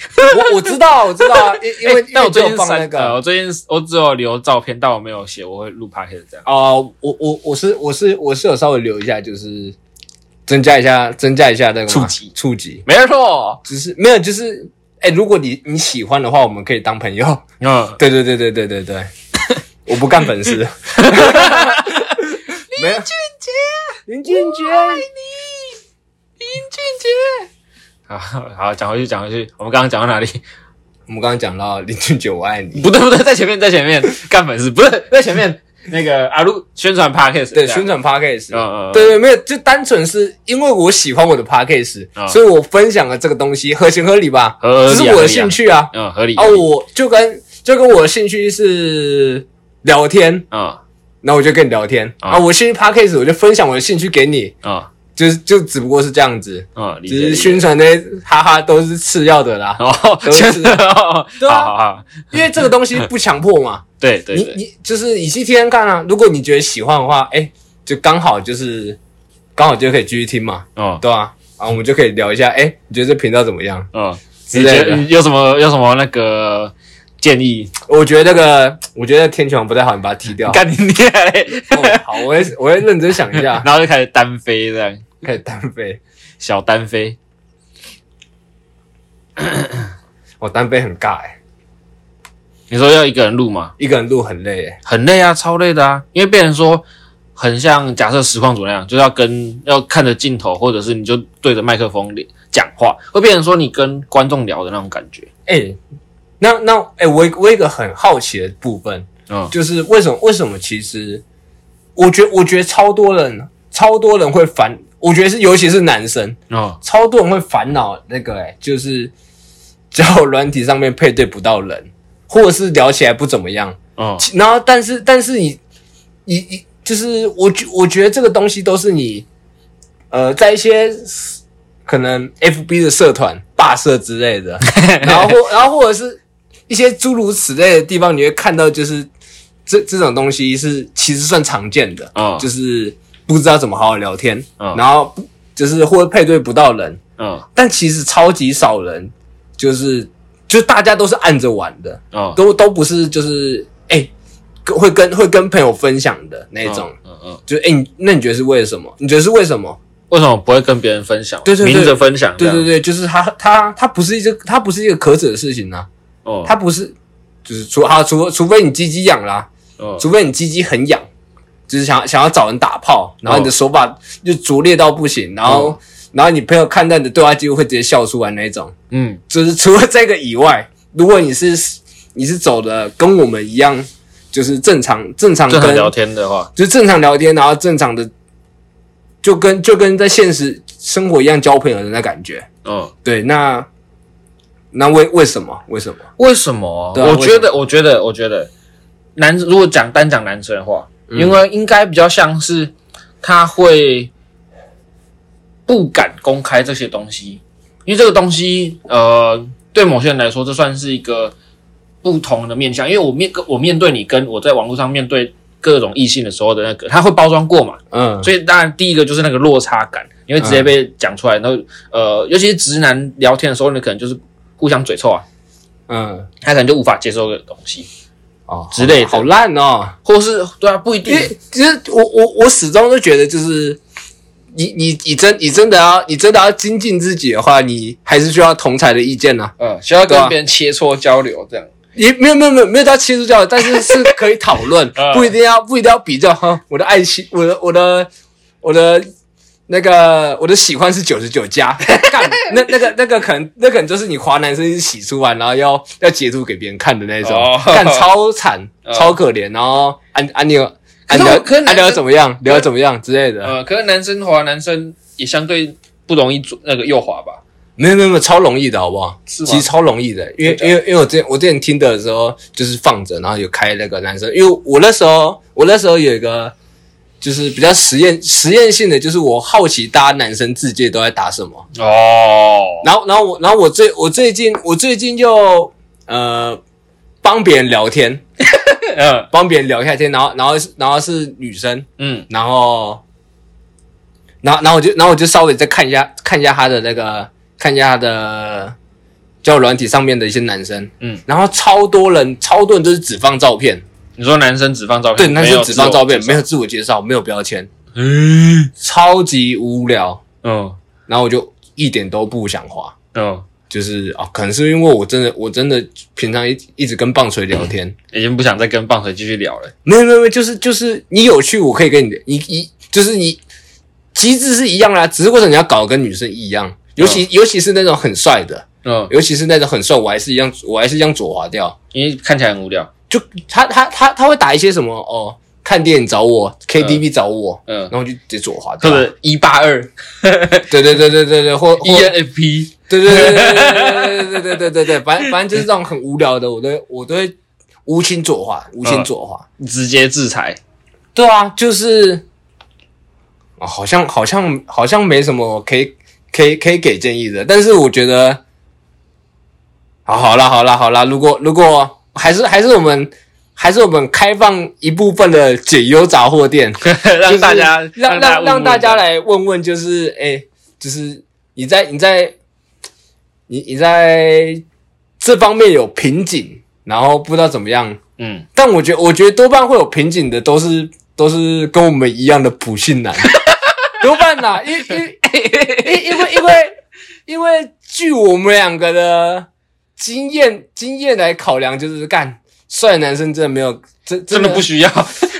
B: 我知道我知道 啊，因哦因为、
A: 欸但我最
B: 因为
A: 近
B: 只有放
A: 删
B: 那
A: 呃
B: 个啊
A: 我最近我只有留照片，但我没有写我会录 p o d 这样。
B: 哦、我我我是我是我是有稍微留一下，就是增加一下增加一下那个嘛
A: 触及
B: 触及，
A: 没错，
B: 只是没有就是。哎、如果你你喜欢的话，我们可以当朋友。
A: 嗯，
B: 对对对对对对 对，我不干粉丝。没有
A: 啊
B: 林俊杰，
A: 林俊杰。好好，讲回去，讲回去。我们刚刚讲到哪里？
B: 我们刚刚讲到林俊杰，我爱 你。
A: 不对，不对，在前面，在前面干粉丝，不是在前面那个阿路宣传 podcast，这
B: 对，
A: 样
B: 宣传 podcast，、
A: 嗯嗯嗯
B: 对对，没有，就单纯是因为我喜欢我的 podcast，、
A: 嗯
B: 所以我分享了这个东西，合情合理吧？
A: 合理啊
B: 这是我的兴趣啊。
A: 嗯，合理
B: 啊，我就跟就跟我的兴趣是聊天，
A: 啊
B: 那我就跟你聊天、
A: 嗯
B: 啊。我兴趣 podcast，我就分享我的兴趣给你，
A: 啊
B: 就是就只不过是这样子，
A: 啊，理
B: 只
A: 解
B: 是
A: 理解
B: 宣传那些哈哈都是次要的 啦。
A: 哦，
B: 都是
A: 真的哦，
B: 对啊
A: 好好好，
B: 因为这个东西不强迫嘛，
A: 对 对
B: 你
A: 对，
B: 你就是你去听听看啊。如果你觉得喜欢的话，哎、就刚好就是刚好就可以继续听嘛，
A: 哦
B: 对吧、啊？啊，我们就可以聊一下，哎、你觉得这频道怎么样？
A: 哦，
B: 之
A: 你
B: 类
A: 觉
B: 的
A: 得你有什么有什么那个建议？
B: 我觉得那个，我觉得天拳王不太好，你把它踢掉。
A: 干你厉害 嘞！
B: 哦，好，我会我会认真想一下，
A: 然后就开始单飞这样，
B: 开始单飞。
A: 小单飞。
B: 我、单飞很尬哎、
A: 你说要一个人录吗？
B: 一个人录很累哎、
A: 很累啊，超累的啊，因为变成说很像假设实况组那样，就是要跟要看着镜头，或者是你就对着麦克风讲话，会变成说你跟观众聊的那种感觉。
B: 哎、那那哎、我我有一个很好奇的部分，
A: 嗯
B: 就是为什么为什么其实，我觉我觉得超多人超多人会烦，我觉得是尤其是男生，
A: 哦
B: 超多人会烦恼那个哎、就是交友软体上面配对不到人，或者是聊起来不怎么样，
A: 哦
B: 其然后但是但是你你你就是我觉我觉得这个东西都是你呃在一些可能 FB 的社团霸社之类的，然后或然后或者是一些诸如此类的地方，你会看到就是这这种东西是其实算常见的，
A: 哦
B: 就是不知道怎么好好聊天，
A: 嗯
B: 然后不就是或者配对不到人，
A: 哦
B: 但其实超级少人，就是就大家都是按着玩的，
A: 哦，
B: 都都不是就是哎、跟会跟会跟朋友分享的那种，
A: 嗯嗯，
B: 就哎、你那你觉得是为什么？你觉得是为什么？
A: 为什么不会跟别人分享？啊
B: 对对对
A: 明着分享这
B: 对
A: 样。
B: 对对，就是他他他不是一个他不是一个可耻的事情啊，
A: 哦，
B: 他不是就是除啊除除非你鸡鸡痒啦，
A: 哦
B: 除非你鸡鸡很痒，就是想想要找人打炮，然后你的手法就拙劣到不行，然后、
A: 哦
B: 然后你朋友看到你的对话记录会直接笑出来那种。
A: 嗯
B: 就是除了这个以外，如果你是你是走的跟我们一样，就是正常正常
A: 正
B: 跟
A: 常聊天的话，
B: 就是正常聊天，然后正常的就跟就跟在现实生活一样交朋友的那感觉。
A: 嗯，
B: 对，那那为为什么为什么？
A: 为什么？
B: 对啊
A: 我觉得，我觉得，我觉得，男如果讲单讲男生的话，因为应该比较像是他会不敢公开这些东西，因为这个东西，呃，对某些人来说，这算是一个不同的面向。因为我面跟我面对你，跟我在网络上面对各种异性的时候的那个，他会包装过嘛，
B: 嗯，
A: 所以当然第一个就是那个落差感，你会直接被讲出来。然后呃，尤其是直男聊天的时候，你可能就是互相嘴臭啊，
B: 嗯，
A: 他可能就无法接受这个东西，
B: 哦
A: 之类的
B: 好烂哦。
A: 或是对啊，不一
B: 因
A: 定。
B: 为其实我我我始终都觉得，就是你你你真你真的要你真的要精进自己的话，你还是需要同才的意见呐、
C: 嗯，需要
B: 对啊
C: 跟别人切磋交流这样。
B: 也没有没有没有没有到切磋教育，但是是可以讨论
A: 嗯，
C: 啊
B: 不一定要不一定要比较。哈，我的爱情，我的我的我的那个我的喜欢是九十 九加，干那那个那个可能那可能就是你华男生洗出来，然后要要截图给别人看的那种
C: 哦，
B: 干超惨
C: 嗯
B: 超可怜。然后安安妞，
C: 可
B: 安
C: 是
B: 妞
C: 我可是，男
B: 安妞
C: 生
B: 怎么样？聊得怎么样之类
A: 啊
B: 的？
C: 呃，可是男生滑，男生也相对不容易做那个右滑吧？
B: 没有没有没有，超容易的好不好？
C: 是吗
B: 其实超容易的，因为
C: 真的
B: 因为因为我之前我之前听的时候就是放着，然后有开那个男生，因为我那时候我那时候有一个就是比较实验实验性的，就是我好奇大家男生自介都在打什么，
A: 哦，
B: 然后然后我然后我最我最近我最近就呃帮别人聊天，
A: 嗯
B: 帮别人聊一下天，然后然后然后是女生，
A: 嗯，
B: 然后，然后，然后我就，然后我就稍微再看一下，看一下他的那个，看一下他的交友软体上面的一些男生，
A: 嗯，
B: 然后超多人，超多人都是只放照片，
A: 你说男生只放照片，
B: 对，男生只放照片，嗯没
A: 有
B: 有自我介绍，没有标签，
A: 自我介绍。
B: 超级无聊。
A: 嗯
B: 然后我就一点都不想滑，
A: 嗯嗯，
B: 就是啊，可能是因为我真的，我真的平常一一直跟棒槌聊天，
A: 已经不想再跟棒槌继续聊了。
B: 没有没有没有，就是就是你有趣，我可以跟你你一就是你机制是一样啦，只是为什么你要搞得跟女生一样？尤其、尤其是那种很帅的，
A: 嗯，
B: 尤其是那种很帅，我还是一样，我还是一样左滑掉。
A: 因为看起来很无聊。
B: 就他他他他会打一些什么哦，看电影找我，KTV 找我，
A: 嗯
B: 然，后就直接左滑
A: 或
B: 掉。
A: 者一八二 E
B: 对对对对对对，或或
A: ENFP，
B: 对对对对对对对对对对对，反正反正就是这种很无聊的，我都会我都会无情左滑，无情左滑。
A: 直接制裁。
B: 对啊，就是，啊，好像好像好像没什么可以可以可以给建议的，但是我觉得，好好啦好啦好啦，如果如果还是还是我们还是我们开放一部分的解忧杂货店，
A: 让大家
B: 就是让让
A: 让
B: 让大家
A: 来，
B: 来问问，就是哎、就是你在你在你你在这方面有瓶颈，然后不知道怎么样。
A: 嗯，
B: 但我觉得，我觉得多半会有瓶颈的，都是都是跟我们一样的普 信男，多半啦、因因因因为因为因为据我们两个的经验经验来考量，就是干帅的男生真的没有，真
A: 真的不需要，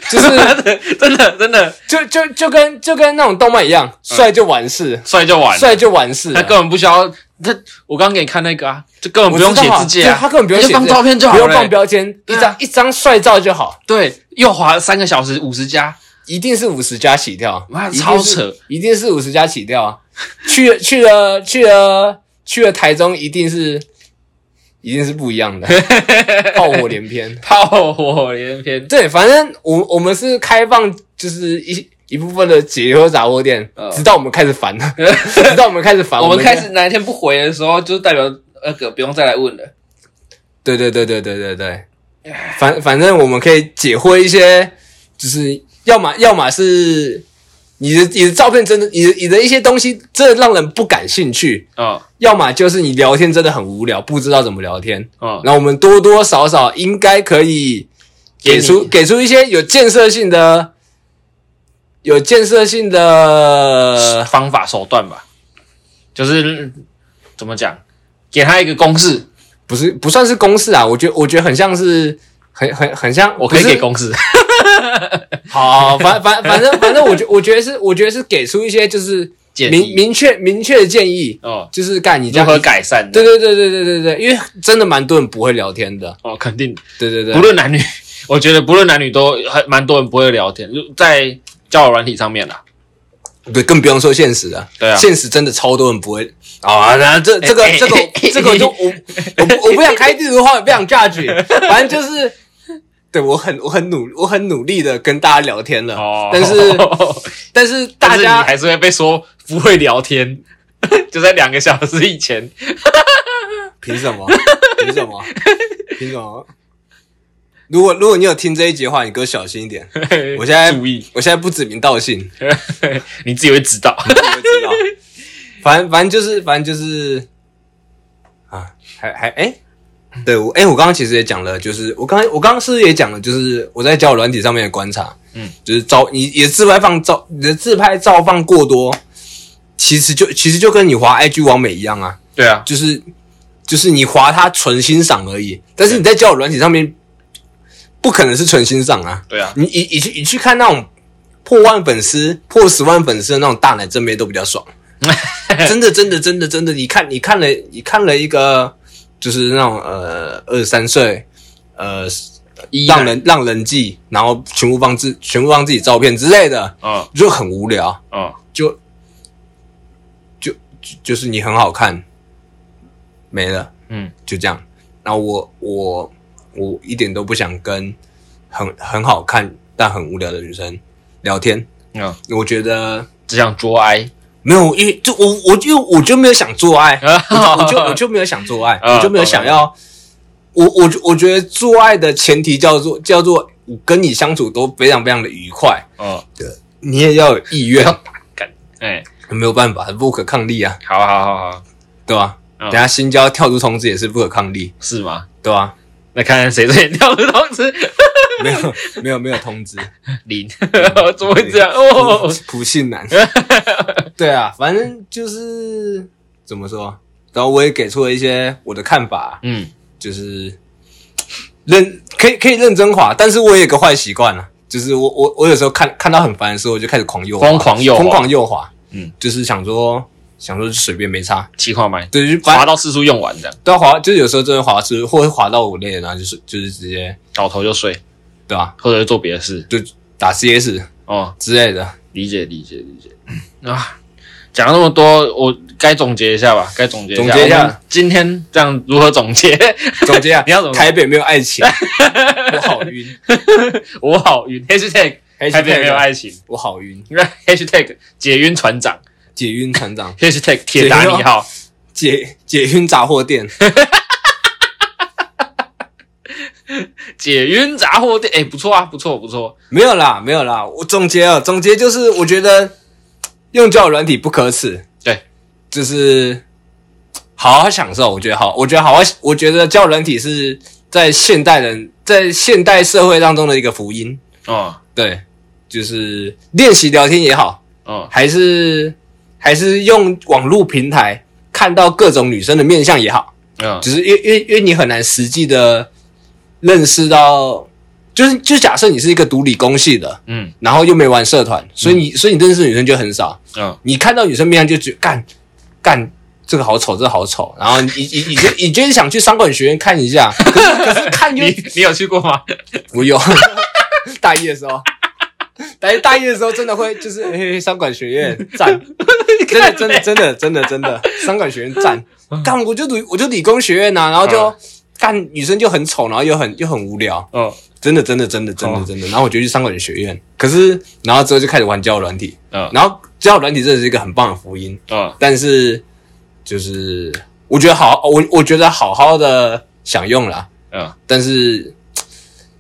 B: 就是
A: 真的真的
B: 就就就跟就跟那种动漫一样，帅就完事，
A: 帅就嗯完了，
B: 帅就完事了
A: 他根本不需要。他我刚给你看那个啊，就根本不用
B: 我知
A: 写
B: 道啊
A: 字界
B: 对
A: 啊，
B: 他根本不用
A: 你
B: 写
A: 就放
B: 字
A: 照片就好
B: 不
A: 了，
B: 用放标签，一
A: 对啊
B: 张一张帅照就好，
A: 对，又滑了三个小时五十加，
B: 一定是五十加起跳，
A: 妈
B: 一定是
A: 超扯，
B: 一定是五十加起跳啊！去了去了去了去了台中，一定是一定是不 一样的，炮火连篇。
A: 炮火连篇。
B: 对，反正我我们是开放，就是一一部分的解忧杂货店，
A: 嗯
B: 直到我们开始 烦了，直到我们开始烦，
C: 呃我们
B: 就
C: 开始哪一天不回的时候，就代表那个不用再来问了。
B: 对对对对对对对，反反正我们可以解惑一些，就是要么要么是你的你的照片真的，你的你的一些东西真的让人不感兴趣，
A: 嗯
B: 要么就是你聊天真的很无聊，不知道怎么聊天。
A: 嗯，
B: 那我们多多少少应该可以给出
A: 给你
B: 给出一些有建设性的、有建设性的，
A: 呃方法手段吧，就是嗯怎么讲，给他一个公式，
B: 不是不算是公式啊。我觉我觉得很像是很很很像，
A: 我可以
B: 不是
A: 给公式。
B: 好，反反反正反正，我觉我觉得是我觉得是给出一些就是
A: 建
B: 明
A: 议
B: 明确明确的建议，
A: 哦，
B: 就是干你这
A: 如
B: 样
A: 何。改善的？
B: 对对对对对对对，因为真的蛮多人不会聊天的，
A: 哦，肯定
B: 对对对
A: 不，论男女， 我觉得不论男女都还蛮多人不会聊天，就在交友软体上面啦。
B: 对，更不用说现实了。
A: 对啊
B: 现实真的超多人不会啊。那这这个
A: 哎哎
B: 这个
A: 哎哎
B: 这个我就我我不我不想开地图炮，也不想 judge，反正就是，对我很我很努我很努力的跟大家聊天了，
A: 哦，
B: 但是但是大
A: 但是你
B: 家
A: 还是会被说不会聊天， 就在两个小时以前。
B: 凭什么？凭什么？凭什么？如果如果你有听这一集的话，你给我小心一点。我现在
A: 注意，
B: 我现在不指名道姓，
A: 你自己会知道。
B: 我知道。反正反正就是反正就是啊，还还哎、对，我哎、我刚刚其实也讲了，就是我刚我刚刚是不是也讲了，就是我在交友软体上面的观察，
A: 嗯，
B: 就是照你也自拍放照，你的自拍照放过多，其实就其实就跟你滑 IG 完美一样啊，
C: 对啊，
B: 就是就是你滑它纯欣赏而已，但是你在交友软体上面不可能是纯欣赏啊，
C: 对啊，
B: 你你你去你去看那种破万粉丝、破十万粉丝的那种大奶正妹都比较爽，真的真的真的真的，你看你看了你看了一个就是那种呃二十三岁呃
A: 一
B: 让人让人记，然后全部放自全部放自己照片之类的，
C: 嗯
A: 哦
B: 就很无聊，
C: 嗯，
B: 就就就就是你很好看，没了。
A: 嗯，
B: 就这样。然后我我我一点都不想跟很很好看但很无聊的女生聊天。
A: 嗯，
B: 我觉得
A: 只想做爱，
B: 没有，因为就我我就我就没有想做爱，我就我就我就没有想做爱，
A: 啊
B: 我就没有想要。我我我觉得做爱的前提叫做叫做我跟你相处都非常非常的愉快，
A: 嗯，
B: 你也要有意愿，
A: 哎，
B: 没有办法，不可抗力啊，
A: 好好好好，
B: 对吧？
A: 嗯
B: 等下新交跳出通知也是不可抗力，
A: 是吗？
B: 对吧？
A: 那看看谁 最跳的通知
B: 没有没有没有通知，
A: 零，
B: 嗯
A: 怎么会这样？ 哦，
B: 普信 男。对啊，反正就是怎么说，然后我也给出了一些我的看法，
A: 嗯，
B: 就是认可以可以认真滑，但是我也有个坏习惯了，就是我我我有时候看看到很烦的时候，我就开始狂右滑
A: 疯狂右滑
B: 疯狂右滑，
A: 嗯，
B: 就是想说想说就随便没差，
A: 七块买，
B: 对，就
A: 滑
B: 反
A: 到次数用完这样，
B: 都要滑，就是有时候真的滑出，或者滑到我累了，然后就是就是直接
A: 倒头就睡，
B: 对吧、
A: 或者是做别的事。
B: 就打 CS
A: 哦，
B: 之类的，
A: 理解理解理解。啊，讲了那么多，我该总结一下吧，该总结
B: 总结一下
A: 我们今天这样如何总结？
B: 总结 啊，
A: 你要怎么
B: 台北没有 爱情，我好晕，
A: 我好晕，#hashtag 台北没有爱情
B: 我好晕，
A: #hashtag 解晕船长
B: 解晕船长，
A: #hashtag 铁达尼号
B: 解解晕杂货店，
A: 解晕杂货店，哎、不错啊，不错不错，
B: 没有啦，没有啦。我总结了，总结就是我觉得用交友软体不可耻，
A: 对，
B: 就是好好享受。我觉得好，我觉得好好，我觉得交友软体是在现代人在现代社会当中的一个福音。
A: 哦
B: 对，就是练习聊天也好，
A: 哦
B: 还是还是用网络平台看到各种女生的面相也好。
A: 嗯
B: 只是因为因为因为你很难实际的认识到，就是就假设你是一个读理工系的，
A: 嗯
B: 然后又没玩社团，所以你、所以你认识的女生就很少，
A: 嗯，
B: 你看到女生面上就觉得干干这个好丑，这个好丑，然后你你你你就你就是想去商管学院看一下，可是可是看又
A: 你 你有去过吗？
B: 我有 大一的时候。大一大一的时候，真的会就是嘿嘿，商管学院赞， 真的真的真的真的 真的商管学院赞。干，我就理我就理工学院呐、啊然后就
A: 嗯
B: 干女生就很丑，然后又很又很无聊，
A: 哦
B: 真的真的真的真的
A: 哦
B: 真的。然后我就去商管学院，可是然后之后就开始玩交友软体，
A: 嗯
B: 然后交友软体真的是一个很棒的福音，
A: 哦
B: 但是就是我觉得好，我我觉得好好的享用啦，
A: 嗯
B: 但是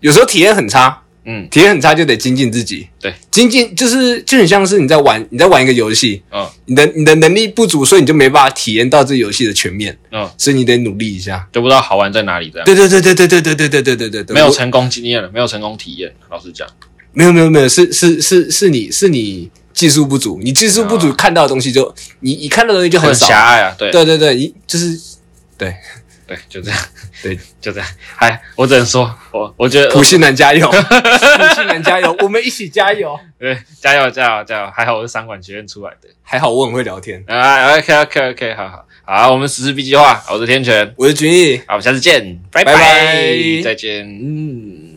B: 有时候体验很差，
A: 嗯
B: 体验很差就得精进自己。
A: 对，
B: 精进就是就很像是你在玩你在玩一个游戏，
A: 嗯
B: 你的你的能力不足，所以你就没办法体验到这游戏的全面，
A: 嗯，
B: 所以你得努力一下。
A: 就不知道好玩在哪里这样，
B: 对对对对对对对对对对对对对，
A: 没有
B: 我
A: 成功经验了，没有成功体验，老实讲，
B: 没有没有没有，是是是是你是你技术不足，你技术不足看到的东西就你你看到的东西就
A: 很
B: 很少。
A: 狭隘啊，对
B: 对对对，你就是
A: 对，就这样，
B: 对，
A: 就这样，哎，我只能说，我我觉得
B: 普信男加油，普信男加油，我们一起加油。
A: 对，加油加油加油！还好我是商管学院出来的。
B: 还好我很会聊天，
A: 啊，OK OK OK，好好好，我们实施 B 计划，我是天权，
B: 我是君毅。
A: 好，我们下次见，拜
B: 拜拜
A: 再见，嗯。